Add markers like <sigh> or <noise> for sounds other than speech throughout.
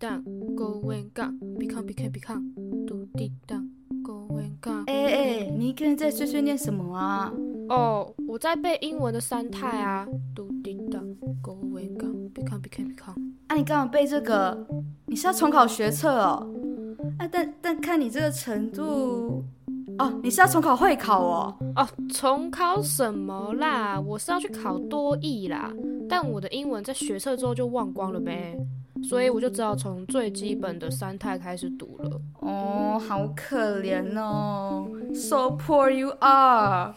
down, go and go, become become become, do di down, go and go。哎哎哎，你一个人在碎碎念什么啊？哦，我在背英文的三态啊，do di down, go and go, become become become。啊，你干嘛背这个？你是要重考学测哦？啊，但但看你这个程度，哦，你是要重考会考哦？哦，重考什么啦？我是要去考多译啦，但我的英文在学测之后就忘光了呗，所以我就只好从最基本的三态开始读了。哦，好可怜哦，so poor you are。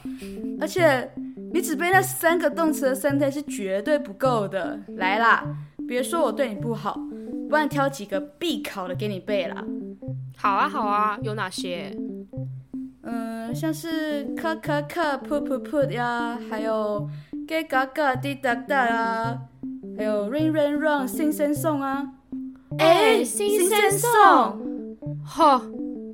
而且你只背那三个动词的三态是绝对不够的。来啦，别说我对你不好，不然挑几个必考的给你背啦。好啊，好啊，有哪些？嗯，像是咳咳咳、噗噗噗呀，还有 ga ga ga、滴答答啊，还有 ring ring run、新生颂啊。哦哎新新生生颂吼、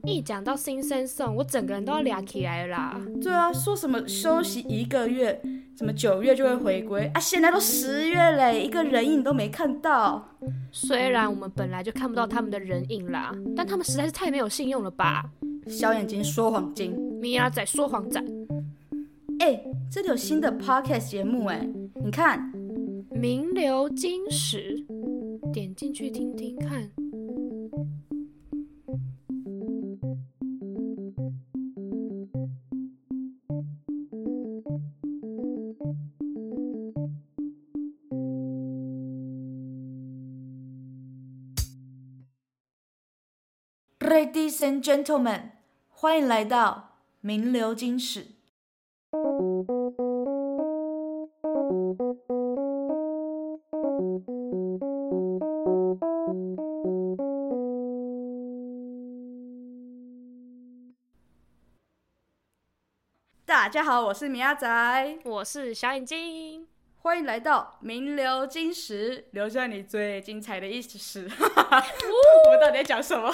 一讲到新生颂，我整个人都要俩起来了啦。对啊，说什么休息一个月，什么九月就会回归啊？现在都十月嘞，一个人影都没看到。虽然我们本来就看不到他们的人影啦，但他们实在是太没有信用了吧！小眼睛说谎精。米娅仔说谎仔，哎，这里有新的 podcast 节目哎，你看，名流金石，点进去听听看。 Ladies and gentlemen，欢迎来到名流金史。大家好，我是米亚仔，我是小眼睛，欢迎来到名流金史，留下你最精彩的一史。我们到底在讲什么？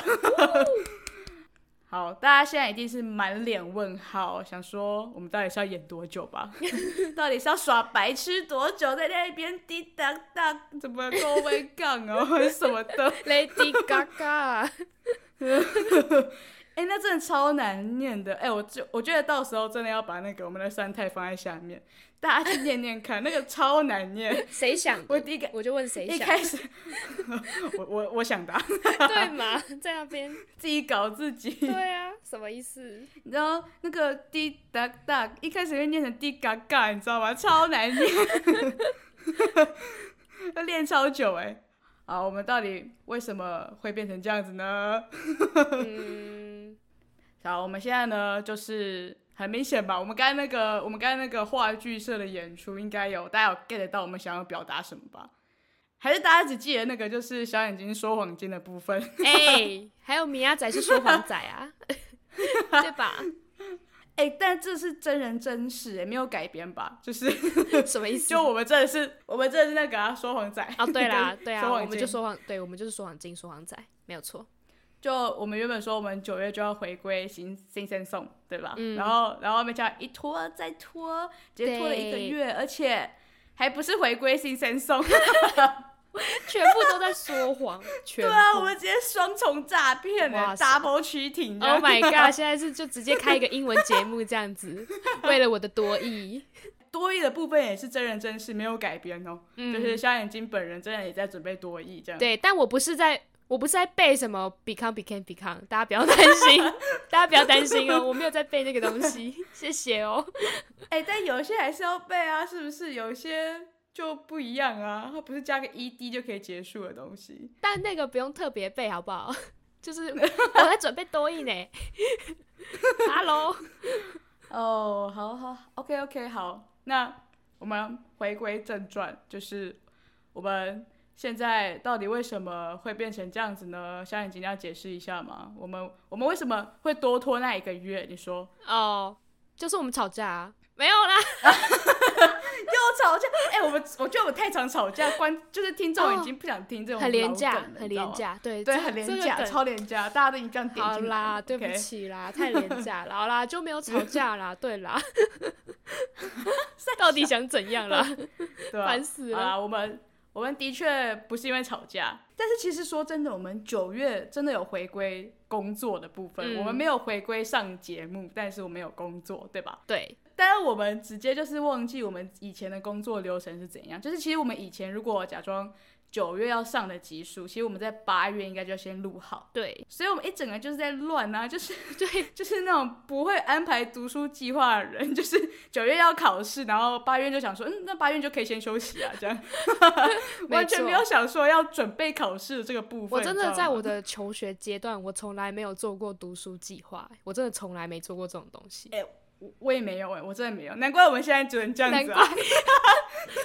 好，大家现在一定是满脸问号，想说我们到底是要演多久吧？ <laughs> 到底是要耍白痴多久，在那边滴答答，怎么高位杠哦， <laughs> 什么的？ ，Lady Gaga， <laughs> 哎、那真的超难念的。哎、我就我觉得到时候真的要把那个我们的三态放在下面，大家去念念看，那个超难念。谁想？我第一个我就问谁一想，开始， <laughs> 我我我想啊答，对嘛？ <laughs> 在那边， <laughs> 自己搞自己。对啊，什么意思？你知道那个滴答答，一开始会念成滴嘎嘎，你知道吗？超难念， <laughs> 要练超久哎、好，我们到底为什么会变成这样子呢？嗯，好，我们现在呢，就是很明显吧，我们刚才那个，我们刚才那个话剧社的演出，应该有大家有 get 到我们想要表达什么吧？还是大家只记得那个就是小眼睛说谎精的部分？哎、还有米娅仔是说谎仔啊， <laughs> 对 <laughs> 吧？哎、但这是真人真事、哎，没有改编吧？就是 <laughs> 什么意思？就我们真的是，我们真的是那个、啊、说谎仔哦，对 <laughs> 啦，跟对啊，说谎我们精就说谎，对，我们就是说谎精、说谎仔，没有错。就我们原本说我们九月就要回归新新生颂，对吧？嗯然后然后没想到一拖再拖，直接拖了一个对月，而且还不是回归新 <laughs> 生颂，全部都在说 <laughs> 谎，全对部。啊，我们直接双重诈骗哇呢塞，double cheating 这样。 Oh my god！现在是就直接开一个英文节目这样子， <laughs> 为了我的多义， <laughs> 多译的部分也是真人真事，没有改编哦，嗯就是小眼睛本人真的也在准备多译这样。对，但我不是在，我不是在背什么 become became become，大家不要担心，大家不要担心哦，我没有在背那个东西，谢谢哦。哎、但有些还是要背啊，是不是？有些就不一样啊，它不是加个 ed 就可以结束的东西。但那个不用特别背好不好？就是我在准备多义呢。Hello，哦，好好，OK OK，好，那我们回归正传，就是我们现在到底为什么会变成这样子呢？小眼睛你要解释一下吗？我们我们为什么会多拖那一个月？你说哦、就是我们吵架、啊，没有啦。又吵架？哎、我们我觉得我们太常吵架，观就是听众哦已经不想听这种很老廉价梗，了很你知道廉吗价，对对，这很这廉个价，梗超廉价，大家都已经这样点好进啦，来对不，OK 起啦，太廉价了，好啦，就没有吵架啦，对啦，到底想怎样啦？对啊烦死好 <laughs> 了。啦，我们啊我们的确不是因为吵架，但是其实说真的，我们九月真的有回归工作的部分，嗯我们没有回归上节目，但是我们有工作，对吧？对，但是我们直接就是忘记我们以前的工作流程是怎样，就是其实我们以前如果假装九月要上的集数，其实我们在八月应该就要先录好。对，所以我们一整个就是在乱啊，就是对，就是那种不会安排读书计划的人， <laughs> 就是九月要考试，然后八月就想说，嗯，那八月就可以先休息啊，<laughs> 这样完全没有想说要准备考试的这个部分。我真你知道的吗在我的求学阶段，我从来没有做过读书计划，我真的从来没做过这种东西，我我也没有哎、我真的没有，难怪我们现在只能这 <laughs> 样难子怪啊。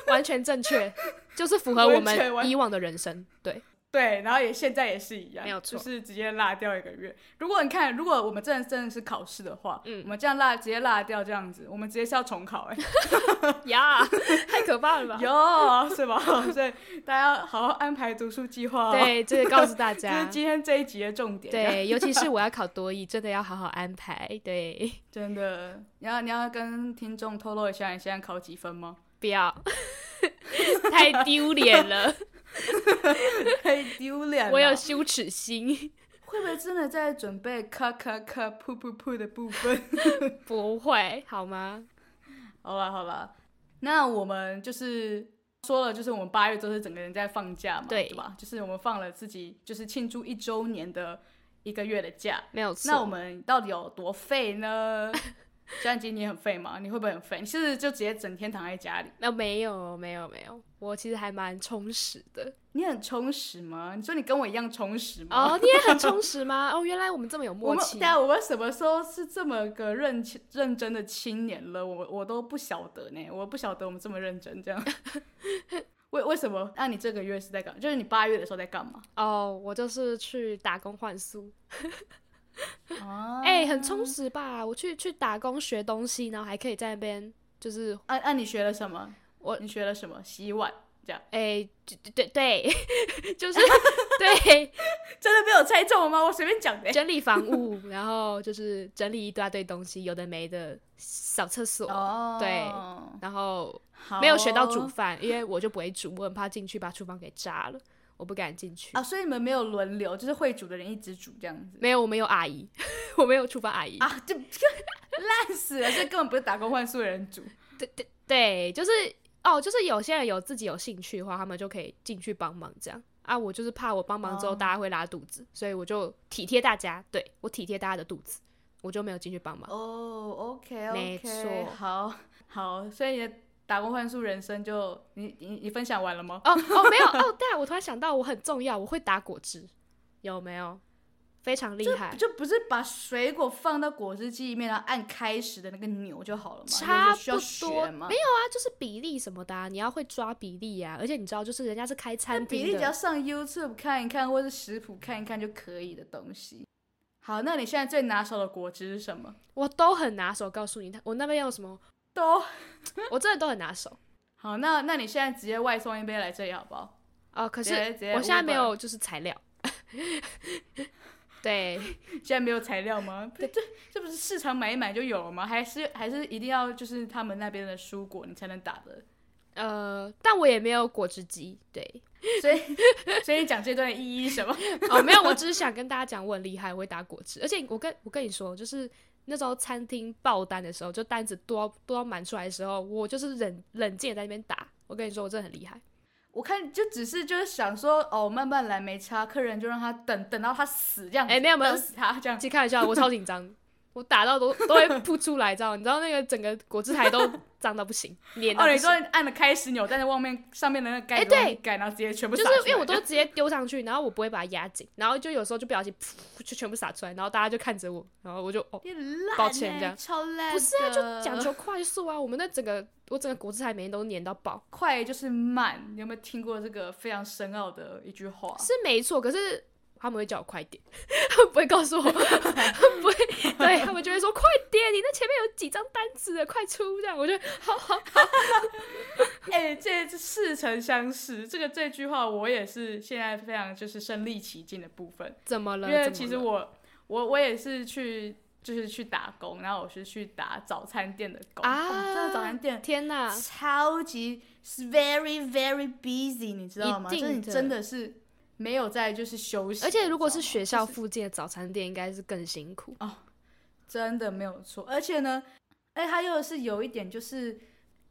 完全正确，就是符合我完全完们以往的人生。对，对，然后也现在也是一样，没有错就是直接落掉一个月。如果你看，如果我们真的真的是考试的话，嗯我们这样落直接落掉这样子，我们直接是要重考 <laughs> 哎、呀，太可怕了吧？有是吧？ <laughs> 所以大家要好好安排读书计划、哦。对，啊这个告诉大这是家，今天这一集的重点。，对，尤其是我要考多艺，真的要好好安排。对，真的，你要你要跟听众透露一下你现在考几分吗？不要，太丢脸了， <laughs> 太丢脸了！我有羞耻心。 <laughs> 会不会真的在准备咔咔咔、噗噗噗的部分？不会好吗？ <laughs> 好了好了，那我们就是说了，就是我们八月都是整个人在放假嘛，对对吧？就是我们放了自己就是庆祝一周年的一个月的假。没有错。那我们到底有多废呢？ <laughs> 小眼睛，你很废吗？你会不会很废？你是不是就直接整天躺在家里？那哦没有没有没有，我其实还蛮充实的。你很充实吗？你说你跟我一样充实吗？哦，你也很充实吗？ <laughs> 哦，原来我们这么有我默们契对。啊，我们什么时候是这么个认清认真的青年了？我我都不晓得呢，我不晓得我们这么认真这样。 <laughs> 为为什么？那、你这个月是在干？就是你八月的时候在干嘛？哦，我就是去打工换宿，啊哎、很充实吧？我去去打工学东西，然后还可以在那边就是，按啊按、你学了什么？我你学了什么？洗碗这样， <laughs> 哎、对对对， <laughs> 就是 <laughs> 对真的被我猜中了吗？我随便讲的、整理房屋，然后就是整理一大堆东西，有的没的，扫厕所， <laughs> 哦对然后好没有学到煮哦饭，因为我就不会煮，我很怕进去把厨房给炸了，我不敢进去。啊，所以你们没有轮流，就是会煮的人一直煮这样子没有，我们有阿姨， <laughs> 我们有厨房阿姨。啊，就烂死了，这根本不是打工换宿的人煮。对，就是哦，就是有些人有自己有兴趣的话，他们就可以进去帮忙这样啊。我就是怕我帮哦忙之后大家会拉肚子，所以我就体贴大家，对我体贴大家的肚子，我就没有进去帮忙。哦，OK，OK，没错好 <laughs> 好，所以你的打工换宿人生就你你你分享完了吗？哦哦，没有哦，对啊，我突然想到我很重要，我会打果汁，有没有？非常厉害，就不是把水果放到果汁机里面，然后按开始的那个钮就好了吗？差有需要不多学吗没？有啊，就是比例什么的、啊，你要会抓比例啊。而且你知道，就是人家是开餐比厅例只要的，上 YouTube 看一看，或是食谱看一看就可以的东西。好，那你现在最拿手的果汁是什么？我都很拿手。告诉你，我那边有什么，都我真的都很拿手好，那那你现在直接外送一杯来这里好不好？哦。可可是我现在没，有就是材料， <laughs> 对，现在没有材料 <laughs> 吗？这这这不是市场买一买就有了吗？还是还是一定要就是他们那边的蔬果你才能打的？ <laughs> 呃，但我也没有果汁机，对，所以所以你讲这段的意义是什么？哦，没有，我只是想跟大家讲，我很厉害，我会打果汁，而且我跟我跟你说，就是那时候餐厅爆单的时候，就单子多到多到满出来的时候，我就是冷冷静地在那边打，我跟你说，我真的很厉害，我看就只是就是想说哦，慢慢来没差，客人就让他等等到他死这样子，哎没有没有等死他这样。哦其实开玩笑，我超紧张。 <laughs> 我打到都都会吐出来，知道吗？你知道那个整个果汁台都脏到不行， <laughs> 黏到哦，不你行说。按了开始钮，但是外面上面的那个盖哎子忘对记盖，然后直接全部就撒是出因为来我都直接丢上去，然后我不会把它压紧，然后就有时候就不小心噗就全部洒出来，然后大家就看着我，然后我就哦，你很烂抱歉欸这样超烂的，不是啊，就讲究快速啊，我们那整个我整个果汁台每天都粘到爆，快就是慢，你有没有听过这个非常深奥的一 <laughs> 句话？是没错，可是他们会叫我快点， <laughs> 他们不会告诉我，他们不会，对他们就会说快点，你那前面有几张单子了，快出这样，我就好好，哎、这这似曾相识，这个这句话我也是现在非常就是身临其境的部分，怎么因了？为怎么其实了我我我也是去就是去打工，然后我是去打早餐店的工。啊哦真的早餐店天哪，超级是 very very busy，你知道吗？一定就是你的真的是没有在就是休息，而且如果是你知道学吗校附近的早餐店，应该是更辛苦。真的没有错，而且呢，哎，它又是有一点就是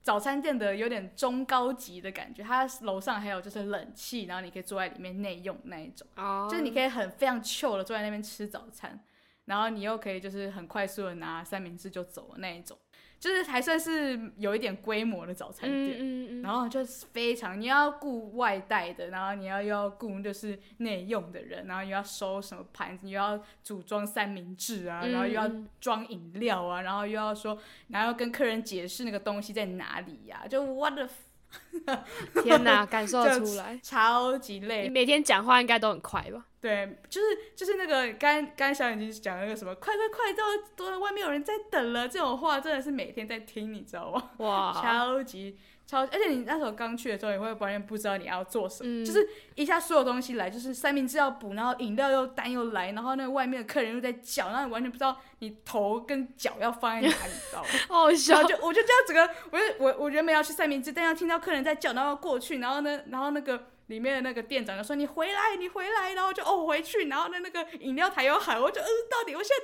早餐店的有点中高级的感觉，它楼上还有就是冷气，然后你可以坐在里面内用那一种，哦就是你可以很非常 chill 的坐在那边吃早餐，然后你又可以就是很快速的拿三明治就走的那一种，就是还算是有一点规模的早餐嗯店。嗯嗯，然后就是非常，你要顾外带的，然后你要又要顾就是内用的人，然后又要收什么盘子，你又要组装三明治啊，嗯然后又要嗯装饮料啊，然后又要说，然后要跟客人解释那个东西在哪里呀、就 what the f- 嗯天 <laughs> 哪，感受得就哎出来。超级你累。每天讲话应该都很快吧？对，就是就是那个刚刚小眼睛讲那个什么，快快快，到都外面有人在等了，这种话真的是每天在听，你知道吗？哇，超级超，而且你那时候刚去的时候，你会完全不知道你要做什么，嗯就是一下所有东西来，就是三明治要补，然后饮料又单又来，然后那个外面的客人又在叫，然后你完全不知道你头跟脚要放在哪里，你知道 <laughs> 吗？好好然笑后。就我就这样整个，我就我我原本要去三明治，但要听到客人在叫，然后过去，然后呢，然后那个里面的那个店长就说你回来，你回来，然后我就哦回去，然后呢那个饮料台又喊，我就嗯、到底我现在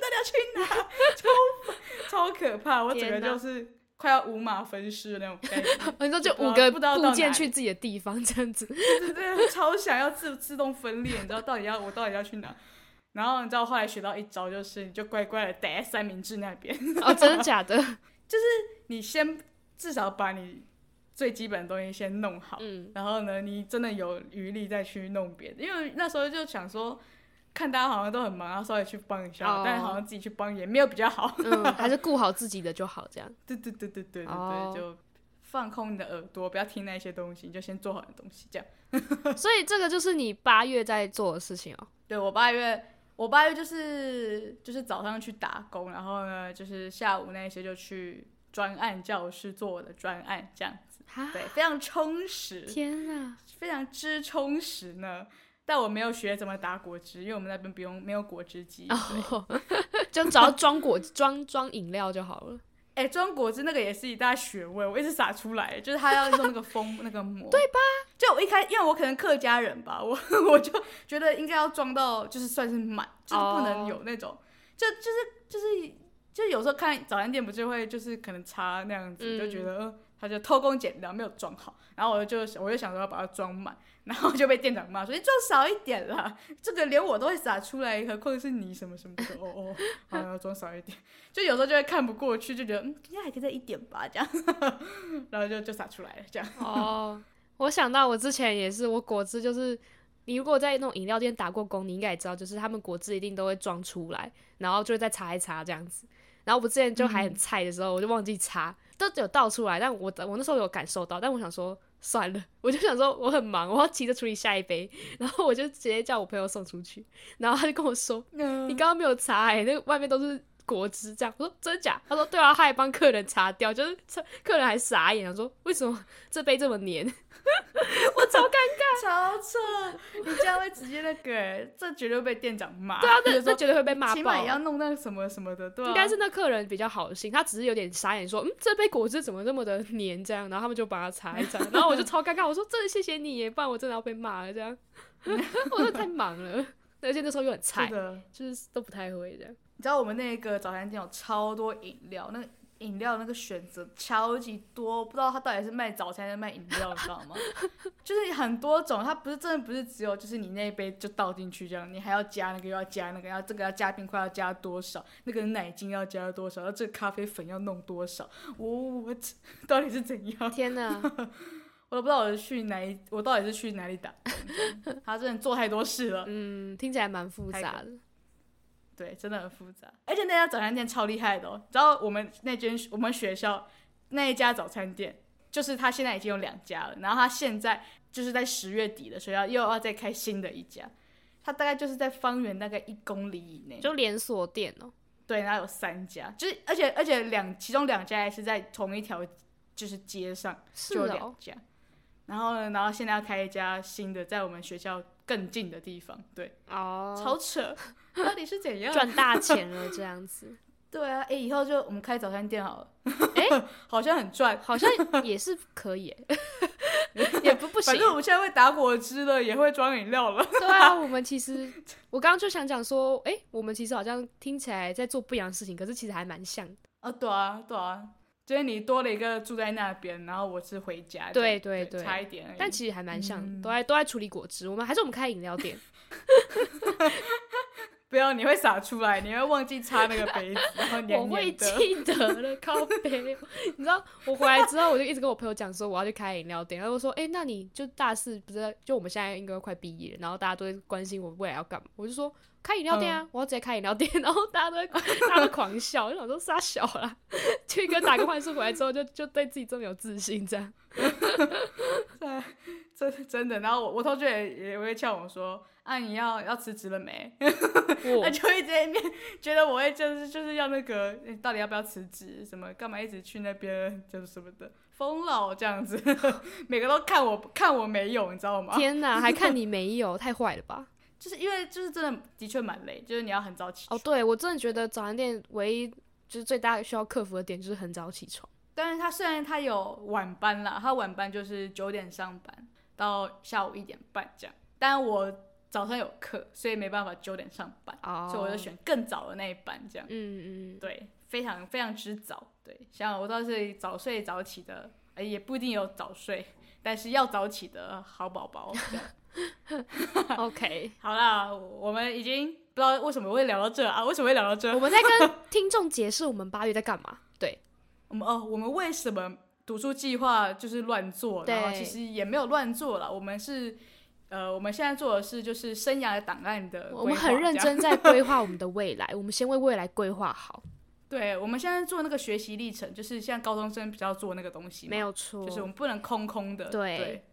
<laughs> 到底要去哪？ <laughs> 超超可怕，我整天个哪就是快要五马分尸的那种感觉，你说就不知道五个不知道到部件哪里去自己的地方这样子， <laughs> 对对对，超想要自自动分裂，你知道到底要我到底要去哪？然后你知道我后来学到一招，就是你就乖乖的待在三明治那边， <laughs> 哦，真的假的？你先至少把你最基本的东西先弄好，嗯，然后呢，你真的有余力再去弄别的，因为那时候就想说，看大家好像都很忙，然后稍微去帮一下哦但好像自己去帮也没有比较好。 <laughs> 嗯，还是顾好自己的就好，这样。对对对对对对对，哦就放空你的耳朵，不要听那些东西，你就先做好你的东西。这样，所以这个就是你八月在做的事情哦。对我八月，我八月就是就是早上去打工，然后呢，就是下午那些就去专案教室做我的专案，这样子，哈，对，非常充实。天哪！非常之充实呢。但我没有学怎么打果汁，因为我们那边不用没有果汁机。哦， <laughs> 就只要装果装装饮料就好了。哎、装果汁那个也是一大学问，我一直洒出来，就是他要用那个风那个 <laughs> 膜，对吧？就我一开，因为我可能客家人吧，我 <laughs> 我就觉得应该要装到就是算是满，就是不能哦有那种就就是就是就有时候看早餐店不就会就是可能插那样子，嗯就觉得、呃、他就偷工减料没有装好，然后我就我就想说要把它装满，然后就被店长骂说你装少一点啦，这个连我都会洒出来，何况是你什么什么的，哦哦，好要装少一点，就有时候就会看不过去，就觉得嗯，应该还可以再一点吧，这样，然后就就洒出来了，这样，哦，我想到我之前也是，我果汁就是，你如果在那种饮料店打过工，你应该也知道，就是他们果汁一定都会装出来，然后就会再擦一擦这样子。然后我之前就还很菜的时候，我就忘记擦，都有倒出来，但我我那时候有感受到，但我想说算了，我就想说我很忙，我要急着处理下一杯，然后我就直接叫我朋友送出去，然后他就跟我说，嗯你刚刚没有擦哎、欸，那个外面都是果汁这样。我说真假？他说对啊，他还帮客人擦掉，就是这客人还傻眼，他说为什么这杯这么 <laughs> 黏？我超尴超扯，你这样会直接那个、欸这绝对被店长骂，尬，对啊，那就那说绝对会被骂起爆码也要啊。弄那个什么什么的，对、啊，应该是那客人比较好心，他只是有点傻眼说，嗯，这杯果汁怎么那么的黏这样，然后他们就帮他擦一擦，然后我就超尴尬，我说真的谢谢你耶，不然我真的要被骂了这样， <laughs> 我说太忙了，而且那时候又很菜真，的。就是都不太会这样，你知道我们那个早餐店有超多饮料，那个饮料那个选择超级多，不知道他到底是卖早餐还是卖饮料，你知道吗？就是很多种，它不是真的不是只有就是你那一杯就倒进去这样，你还要加那个又要加那个，要这个要加冰块要加多少，那个奶精要加多少，然后这个咖啡粉要弄多少，我、我到底是怎样？ <laughs> 天哪，我都不知道我是去哪一，我到底是去哪里打工这样？他真的做太多事了。嗯，听起来蛮复太杂可的，对，真的很复杂。而且那家早餐店超厉害的哦，你知道我们那间我们学校那一家早餐店，就是他现在已经有两家了，然后他现在就是在十月底的时候要又要再开新的一家，他大概就是在方圆大概一公里以内，就连锁店哦、对，然后有三家，就是而且而且两其中两家还是在同一条就是街上，是就有哦两，家。然后呢，然后现在要开一家新的，在我们学校更近的地方，对，哦， <laughs> 超扯，到底是怎样？啊赚大钱了这样子。对啊，哎、以后就我们开早餐店好了。哎 <laughs> 好像很赚，好像也是可以欸， <laughs> 也不不行反。正我们现在会打果汁了，也会装饮料 <laughs> 了。对啊，我们其实我刚刚就想讲说，哎、我们其实好像听起来在做不一样的事情，可是其实还蛮像。啊，对啊，对啊，就是你多了一个住在那边，然后我是回家这对样。对对差一点而已。但其实还蛮像的，都在都在处理果汁。我们还是我们开饮料店，不要，你会洒出来，你会忘记擦那个杯子，然后我黏会黏的。记得了，靠背。你知道我回来之后，我就一直跟我朋友讲说我要去开饮料店，然后我说，哎、那你就大四不是就我们现在应该快毕业了，然后大家都会关心我未来要干嘛，我就说开饮料店啊，我要直接开饮料店， <laughs> 然后大家都会大家都狂笑，我就想说傻小啦，去跟打个幻术回来之后就就对自己这么有自信这样。真真的，然后我我同学也也会呛我说：“啊，你要要辞职了没？”他我就一直在面觉得我会就是就是要那个，你到底要不要辞职？什么干嘛一直去那边就是什么的，疯了哦这样子， <laughs> 每个都看我看我没有，你知 <laughs> 道吗？天哪，还看你没有，太坏了吧？ <laughs> 就是因为就是真的的确蛮累，就是你要很早起哦，对我真的觉得早餐店唯一就是最大需要克服的点就是很早起床。但是他虽然他有晚班啦，他晚班就是九点上班到下午一点半这样，但我早上有课，所以没办法九点上班，哦，所以我就选更早的那一班这样。嗯嗯对，非常非常之早。对，像我倒是早睡早起的，哎，也不一定有早睡，但是要早起的好宝 <laughs> 宝。这样 <laughs> 嗯，OK。好啦，我们已经不知道为什么会聊到这啊？为什么会聊到这我？们在跟 <laughs> 听众解释我们八月在干嘛。对，我们哦，我们为什么读书计划就是乱做？然后对其实也没有乱做啦，我们是呃，我们现在做的是就是生涯档案的我们呃规划很认这样。 <laughs> 真在规划我们的未来，我们先为未来规划好，对，我们现在做那个学习历程，就是像高中生比较做那个东西嘛，没有错。就是我们不能空空的，对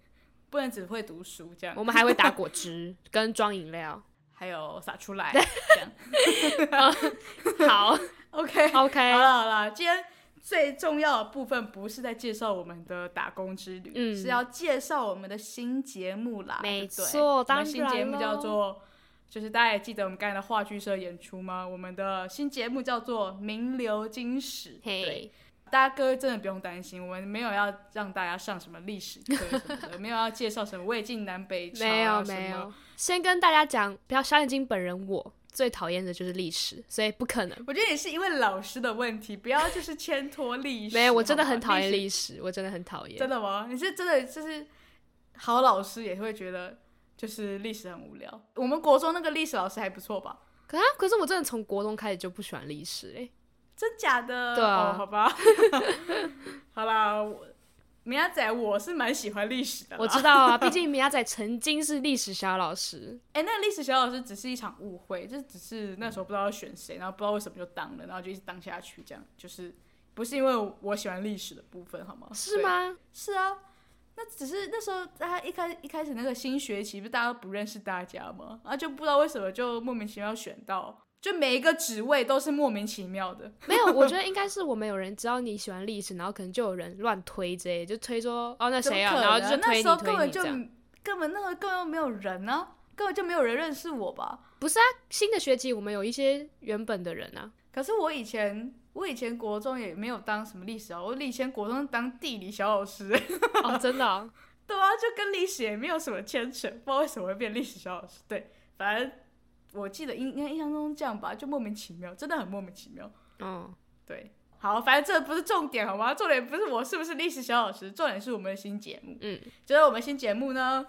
不能只会读书这样，我们还会打果汁跟装饮 <laughs> 料。呃还有撒出来这样。 <laughs> 好 OK，好，OK，了好了，今天最重要的部分不是在介绍我们的打工之旅，嗯是要介绍我们的新节目啦，没对不对错我们当然新节目咯叫做。就是大家也记得我们刚才的话剧社演出吗？我们的新节目叫做《名流金史》，对，嘿，大家各位真的不用担心，我们没有要让大家上什么历史课什么的，没有要介绍什么魏晋南北朝、啊、没有什么没有，先跟大家讲，不要小眼睛本人我最讨厌的就是历史，所以不可能。我觉得也是因为老师的问题，不要就是牵拖历史。 <laughs> 没有，我真的好吗很讨厌历历史，我真的很讨史。厌真。的吗？你是真的就是好老师也会觉得就是历史很无聊。我们国中那个历史老师还不错吧？可啊，可是我真的从国中开始就不喜欢历史 <laughs> 哎。真假的？对啊哦、好吧。 <laughs> 好啦，我明仔仔我是蛮喜欢历史的啦。我知道啊，毕竟米亚仔曾经是历史小老师，哎、那个历史小老师只是一场误会，就只是那时候不知道要选谁，然后不知道为什么就当了，然后就一直当下去，这样就是不是因为我喜欢历史的部分好吗？是对？吗？是啊，那只是那时候大家一开一开始那个新学期，不是大家都不认识大家吗？然后就不知道为什么就莫名其妙选到，就每一个职位都是莫名其妙的。没有，我觉得应该是我们有人知道你喜欢历史，然后可能就有人乱推之类，就推说哦那谁啊，怎么可然后能就那推时候你根推本你就这样。根本那时候根本没有人啊，根本就没有人认识我吧？不是啊，新的学期我们有一些原本的人啊，可是我以前，我以前国中也没有当什么历史哦，我以前国中当地理小老师，哦真的 <laughs> 哦、对啊，就跟历史也没有什么牵扯，不知道为什么会变历史小老师。对，反正我记得应应该印象中这样吧，就莫名其妙，真的很莫名其妙。嗯，对，好，反正这不是重点，好吗？重点不是我是不是历史小老师，重点是我们的新节目。嗯，就是我们新节目呢，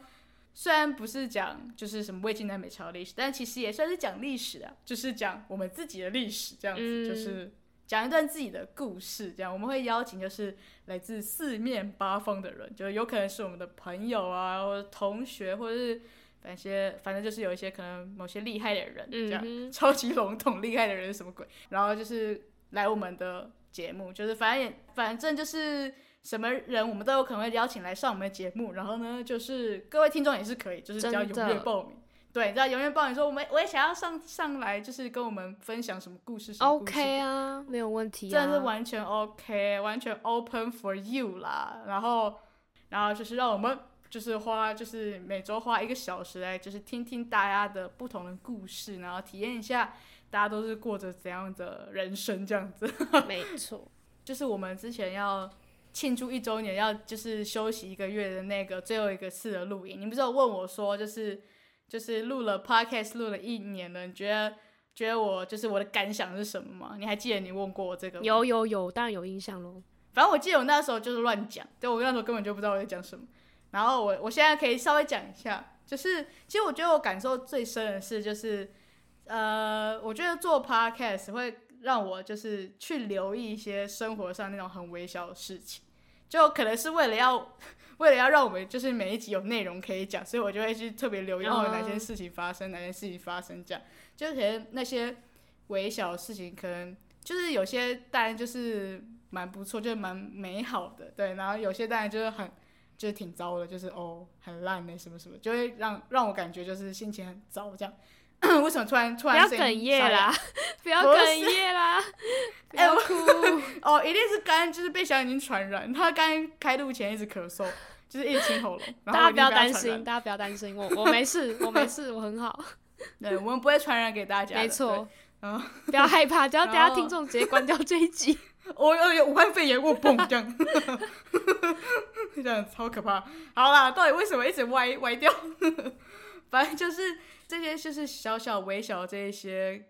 虽然不是讲就是什么魏晋南北朝历史，但其实也算是讲历史啊，就是讲我们自己的历史这样子，嗯就是讲一段自己的故事这样。我们会邀请就是来自四面八方的人，就是有可能是我们的朋友啊，或者同学，或者是反正反正就是有一些可能某些厉害的人这嗯样。哼超级笼统厉害的人是什么鬼？然后就是来我们的节目，就是反正也反正就是什么人我们都有可能会邀请来上我们的节目。然后呢，就是各位听众也是可以，就是只要真的踊跃报名。对，只要踊跃报名说我们我也想要上上来，就是跟我们分享什么故事什么故事，OK 啊，没有问题真的是啊。完全 OK，完全 open for you 啦。然后，然后就是让我们就是花就是每周花一个小时来就是听听大家的不同的故事，然后体验一下大家都是过着怎样的人生这样子。没错，就是我们之前要庆祝一周年，要就是休息一个月的那个最后一个次的录影，你不是有问我说，就是就是录了 podcast 录了一年了，你觉得觉得我就是我的感想是什么吗？你还记得你问过我这个吗？有有有，当然有印象喽。反正我记得我那时候就是乱讲，对我那时候根本就不知道我在讲什么。然后我我现在可以稍微讲一下，就是其实我觉得我感受最深的是，就是呃，我觉得做 podcast 会让我就是去留意一些生活上那种很微小的事情，就可能是为了要 <laughs> 为了要让我们就是每一集有内容可以讲，所以我就会去特别留意嗯哦哪些事情发生，哪些事情发生这样，就是可能那些微小的事情可能。就是有些当然就是蛮不错，就是蛮美好的，对。然后有些当然就是很就是挺糟的，就是哦很烂的、什么什么，就会让让我感觉就是心情很糟这样。 <coughs> 为什么突然不突然要声哽音咽啊沙哑 <laughs> 啦，不要不是哽咽 <laughs> 啦，不哎要哭。哦，一定是刚刚就是被小眼睛传染，他刚刚开录前一直咳嗽，就是一直清喉咙，大然家后不要一定被他担传染心，。大家不要担心，我我没事，我没事，我很 <laughs> 好，对，我们不会传染给大家的。没错。嗯 <laughs> 不要害怕，只 <laughs> 要等下然后听众直接关掉这一集。对，我有有武汉肺炎，我蹦这样， <laughs> 这样超可怕。好啦，到底为什么一直歪歪掉？ <laughs> 反正就是这些，就是小小微小的这一些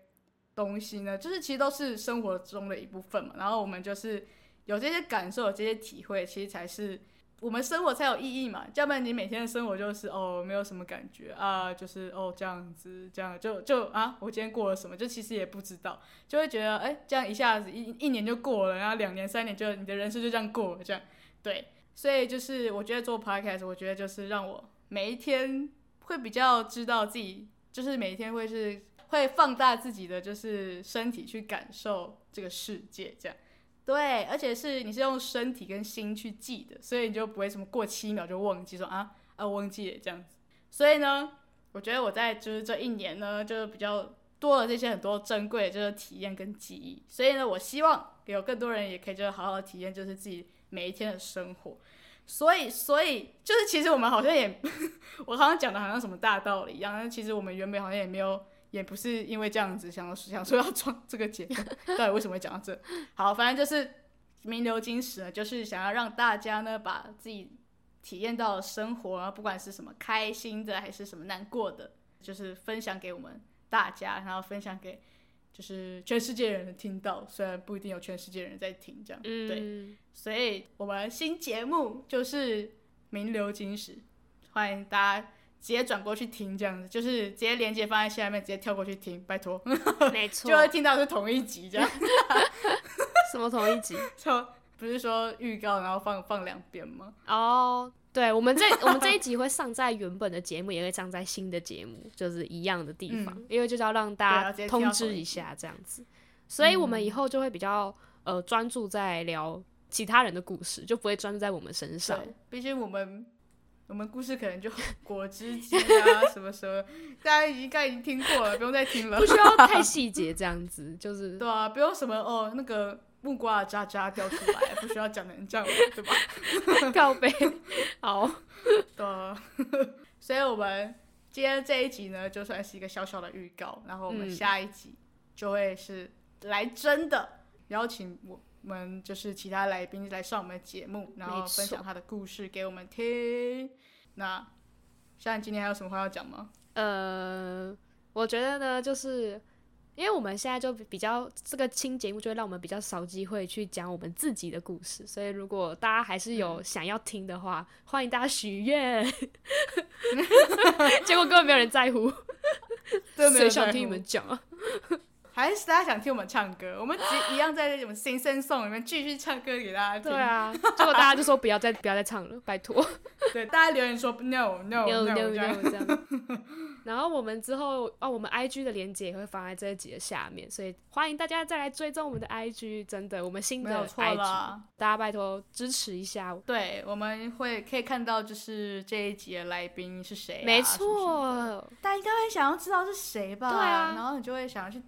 东西呢，就是其实都是生活中的一部分嘛。然后我们就是有这些感受，有这些体会，其实才是我们生活才有意义嘛。要不然你每天的生活就是哦，没有什么感觉啊，就是哦这样子，这样就就啊，我今天过了什么，就其实也不知道，就会觉得哎，这样一下子一一年就过了，然后两年、三年就你的人生就这样过了，这样对。所以就是我觉得做 podcast，我觉得就是让我每一天会比较知道自己，就是每一天会是会放大自己的就是身体去感受这个世界，这样。对，而且是你是用身体跟心去记的，所以你就不会什么过七秒就忘记说啊啊忘记了这样子。所以呢，我觉得我在就是这一年呢，就是比较多了这些很多珍贵的就是体验跟记忆。所以呢，我希望有更多人也可以就是好好地体验就是自己每一天的生活。所以，所以就是其实我们好像也， <laughs> 我好像讲的好像什么大道理一样，但其实我们原本好像也没有，也不是因为这样子想要想说要装这个节目， <laughs> 到底为什么会讲到这？好，反正就是名流金石呢，就是想要让大家呢把自己体验到的生活，啊然后不管是什么开心的还是什么难过的，就是分享给我们大家，然后分享给就是全世界人听到，虽然不一定有全世界人在听这样， <laughs> 对。 <laughs> 嗯，所以我们新节目就是《名流金石》，欢迎大家直接转过去听，这样子就是直接连接放在下面，直接跳过去听，拜托，没错 <laughs> 就。会听到是同一集这样，什么同一 <laughs> 集？就不是说预告然后放 <laughs> 放两遍吗？哦、对，我们这我们这一集会上在原本的节目，也会上在新的节目，就是一样的地方，因为就是要让嗯对大要直家接通跳知同一一集下这样子，所以我们以嗯后就会比较呃专注在聊其他人的故事，就不会专注在我们身上。对，毕竟我们。我们故事可能就果汁机啊，什么什么，大家已经该已经听过了，不用再听了 <laughs> 不。需要太细节，这样子 <laughs> 就是对啊，不用什么哦，那个木瓜的渣渣掉出来，不需要讲成这样，对吧？告白。 <laughs> 好，的，啊 <laughs> 所以我们今天这一集呢，就算是一个小小的预告，然后我们嗯下一集就会是来真的邀请我们就是其他来宾来上我们的节目，然后没错分享他的故事给我们听。那像你今天还有什么话要讲吗？呃，我觉得呢，就是因为我们现在就比较这个轻节目，就会让我们比较少机会去讲我们自己的故事，所以如果大家还是有嗯想要听的话，欢迎大家许 <laughs> 愿。结果根本没有人在乎，真的没有谁人想在听你乎们讲啊？还是大家想听我们唱歌？我们只是一样在我们新生颂里面继续唱歌给大家听。对啊，结果大家就说不要再不要再唱了，拜托。对，大家留言说 no no no no，, no 哦这样 no 这样。 <laughs> 然后我们之后哦，我们 IG 的连接也会放在这一集的下面，所以欢迎大家再来追踪我们的 IG，真的，我们新没有的错 IG，啦。大家拜托支持一下。对，我们会可以看到，就是这一集的来宾是谁啊、没什么什么，错，大家应该会想要知道是谁吧？对啊然后你就会想要去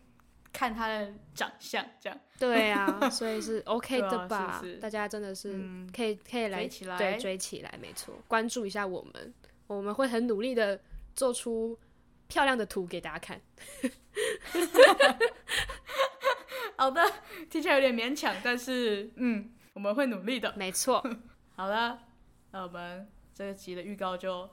看他的长相，这样对 <laughs> 啊，所以是 OK 对啊的吧？是不是大家真的是嗯可以、可以来追起来对追起来，没错，关注一下我们，我们会很努力的做出漂亮的图给大家看。好的，听起来有点勉强，但是嗯，我们会努力的。没 <laughs> 错，好了，那我们这集的预告就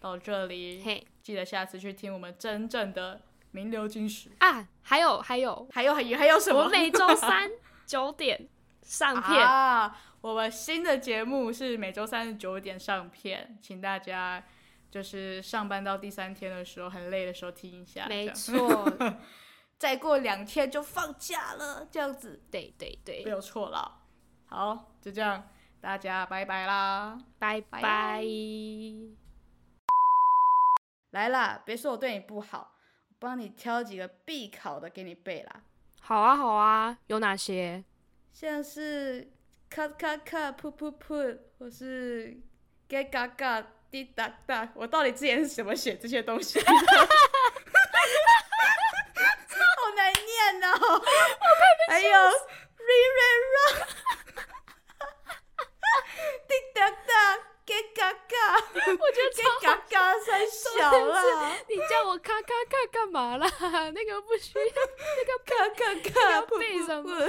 到这里，嘿记得下次去听我们真正的名流金石。啊，还有还有，还有还有还有什我么们？每周三九点上片，啊！我们新的节目是每周三九点上片，请大家就是上班到第三天的时候很累的时候听一下。<laughs> 这没样错，再过两天就放假了，这样子对对没对，有错啦。好，就这样，大家拜拜啦！拜拜拜。来啦，别说我对你不好，我帮你挑几个必考的给你背啦。好啊好啊，有哪些？像是咔咔咔、噗噗噗，或是嘎嘎嘎、滴答答。啊我到底之前是怎么写这些东 <laughs> 西的？好难念哦！我还有 re re ra，滴答答，嘎嘎嘎，我觉得超嘎嘎太小了， <laughs> 你叫我咔咔咔干嘛啦？ <laughs> 那个不需要嘎嘎嘎，噗背什 <laughs> 噗么噗，，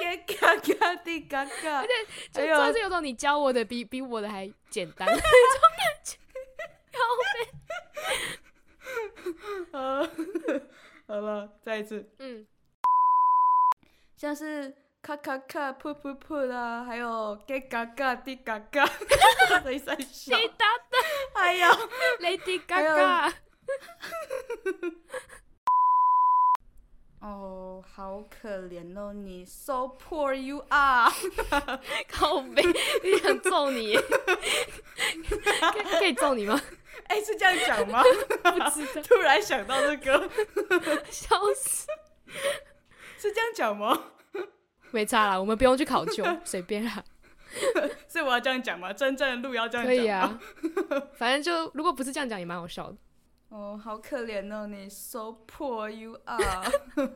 嘎嘎嘎，滴嘎嘎。而且哎就呦总是有种你教我的比比我的还简 <laughs> 单那种感觉。好美，呃， <laughs> 好了，再一次，嗯，像是咔咔咔、噗噗噗啦，还有嘎嘎嘎、滴嘎嘎， <laughs> 雷三小，滴答答还有，Lady 还有 Gaga，哦，好可怜哦，你 so poor you are，靠背，你想揍你 <laughs> 耶？可以可以揍你吗？ <laughs> 哎、是这样讲吗？不知道， <laughs> 突然想到这个，笑死，是这样讲吗？没差啦，我们不用去考究，随便啦，是我要这样讲吗？真正的路要这样可讲吗？以啊。 <laughs> 反正就如果不是这样讲也蛮好笑的。哦，好可怜哦，你 so poor you are。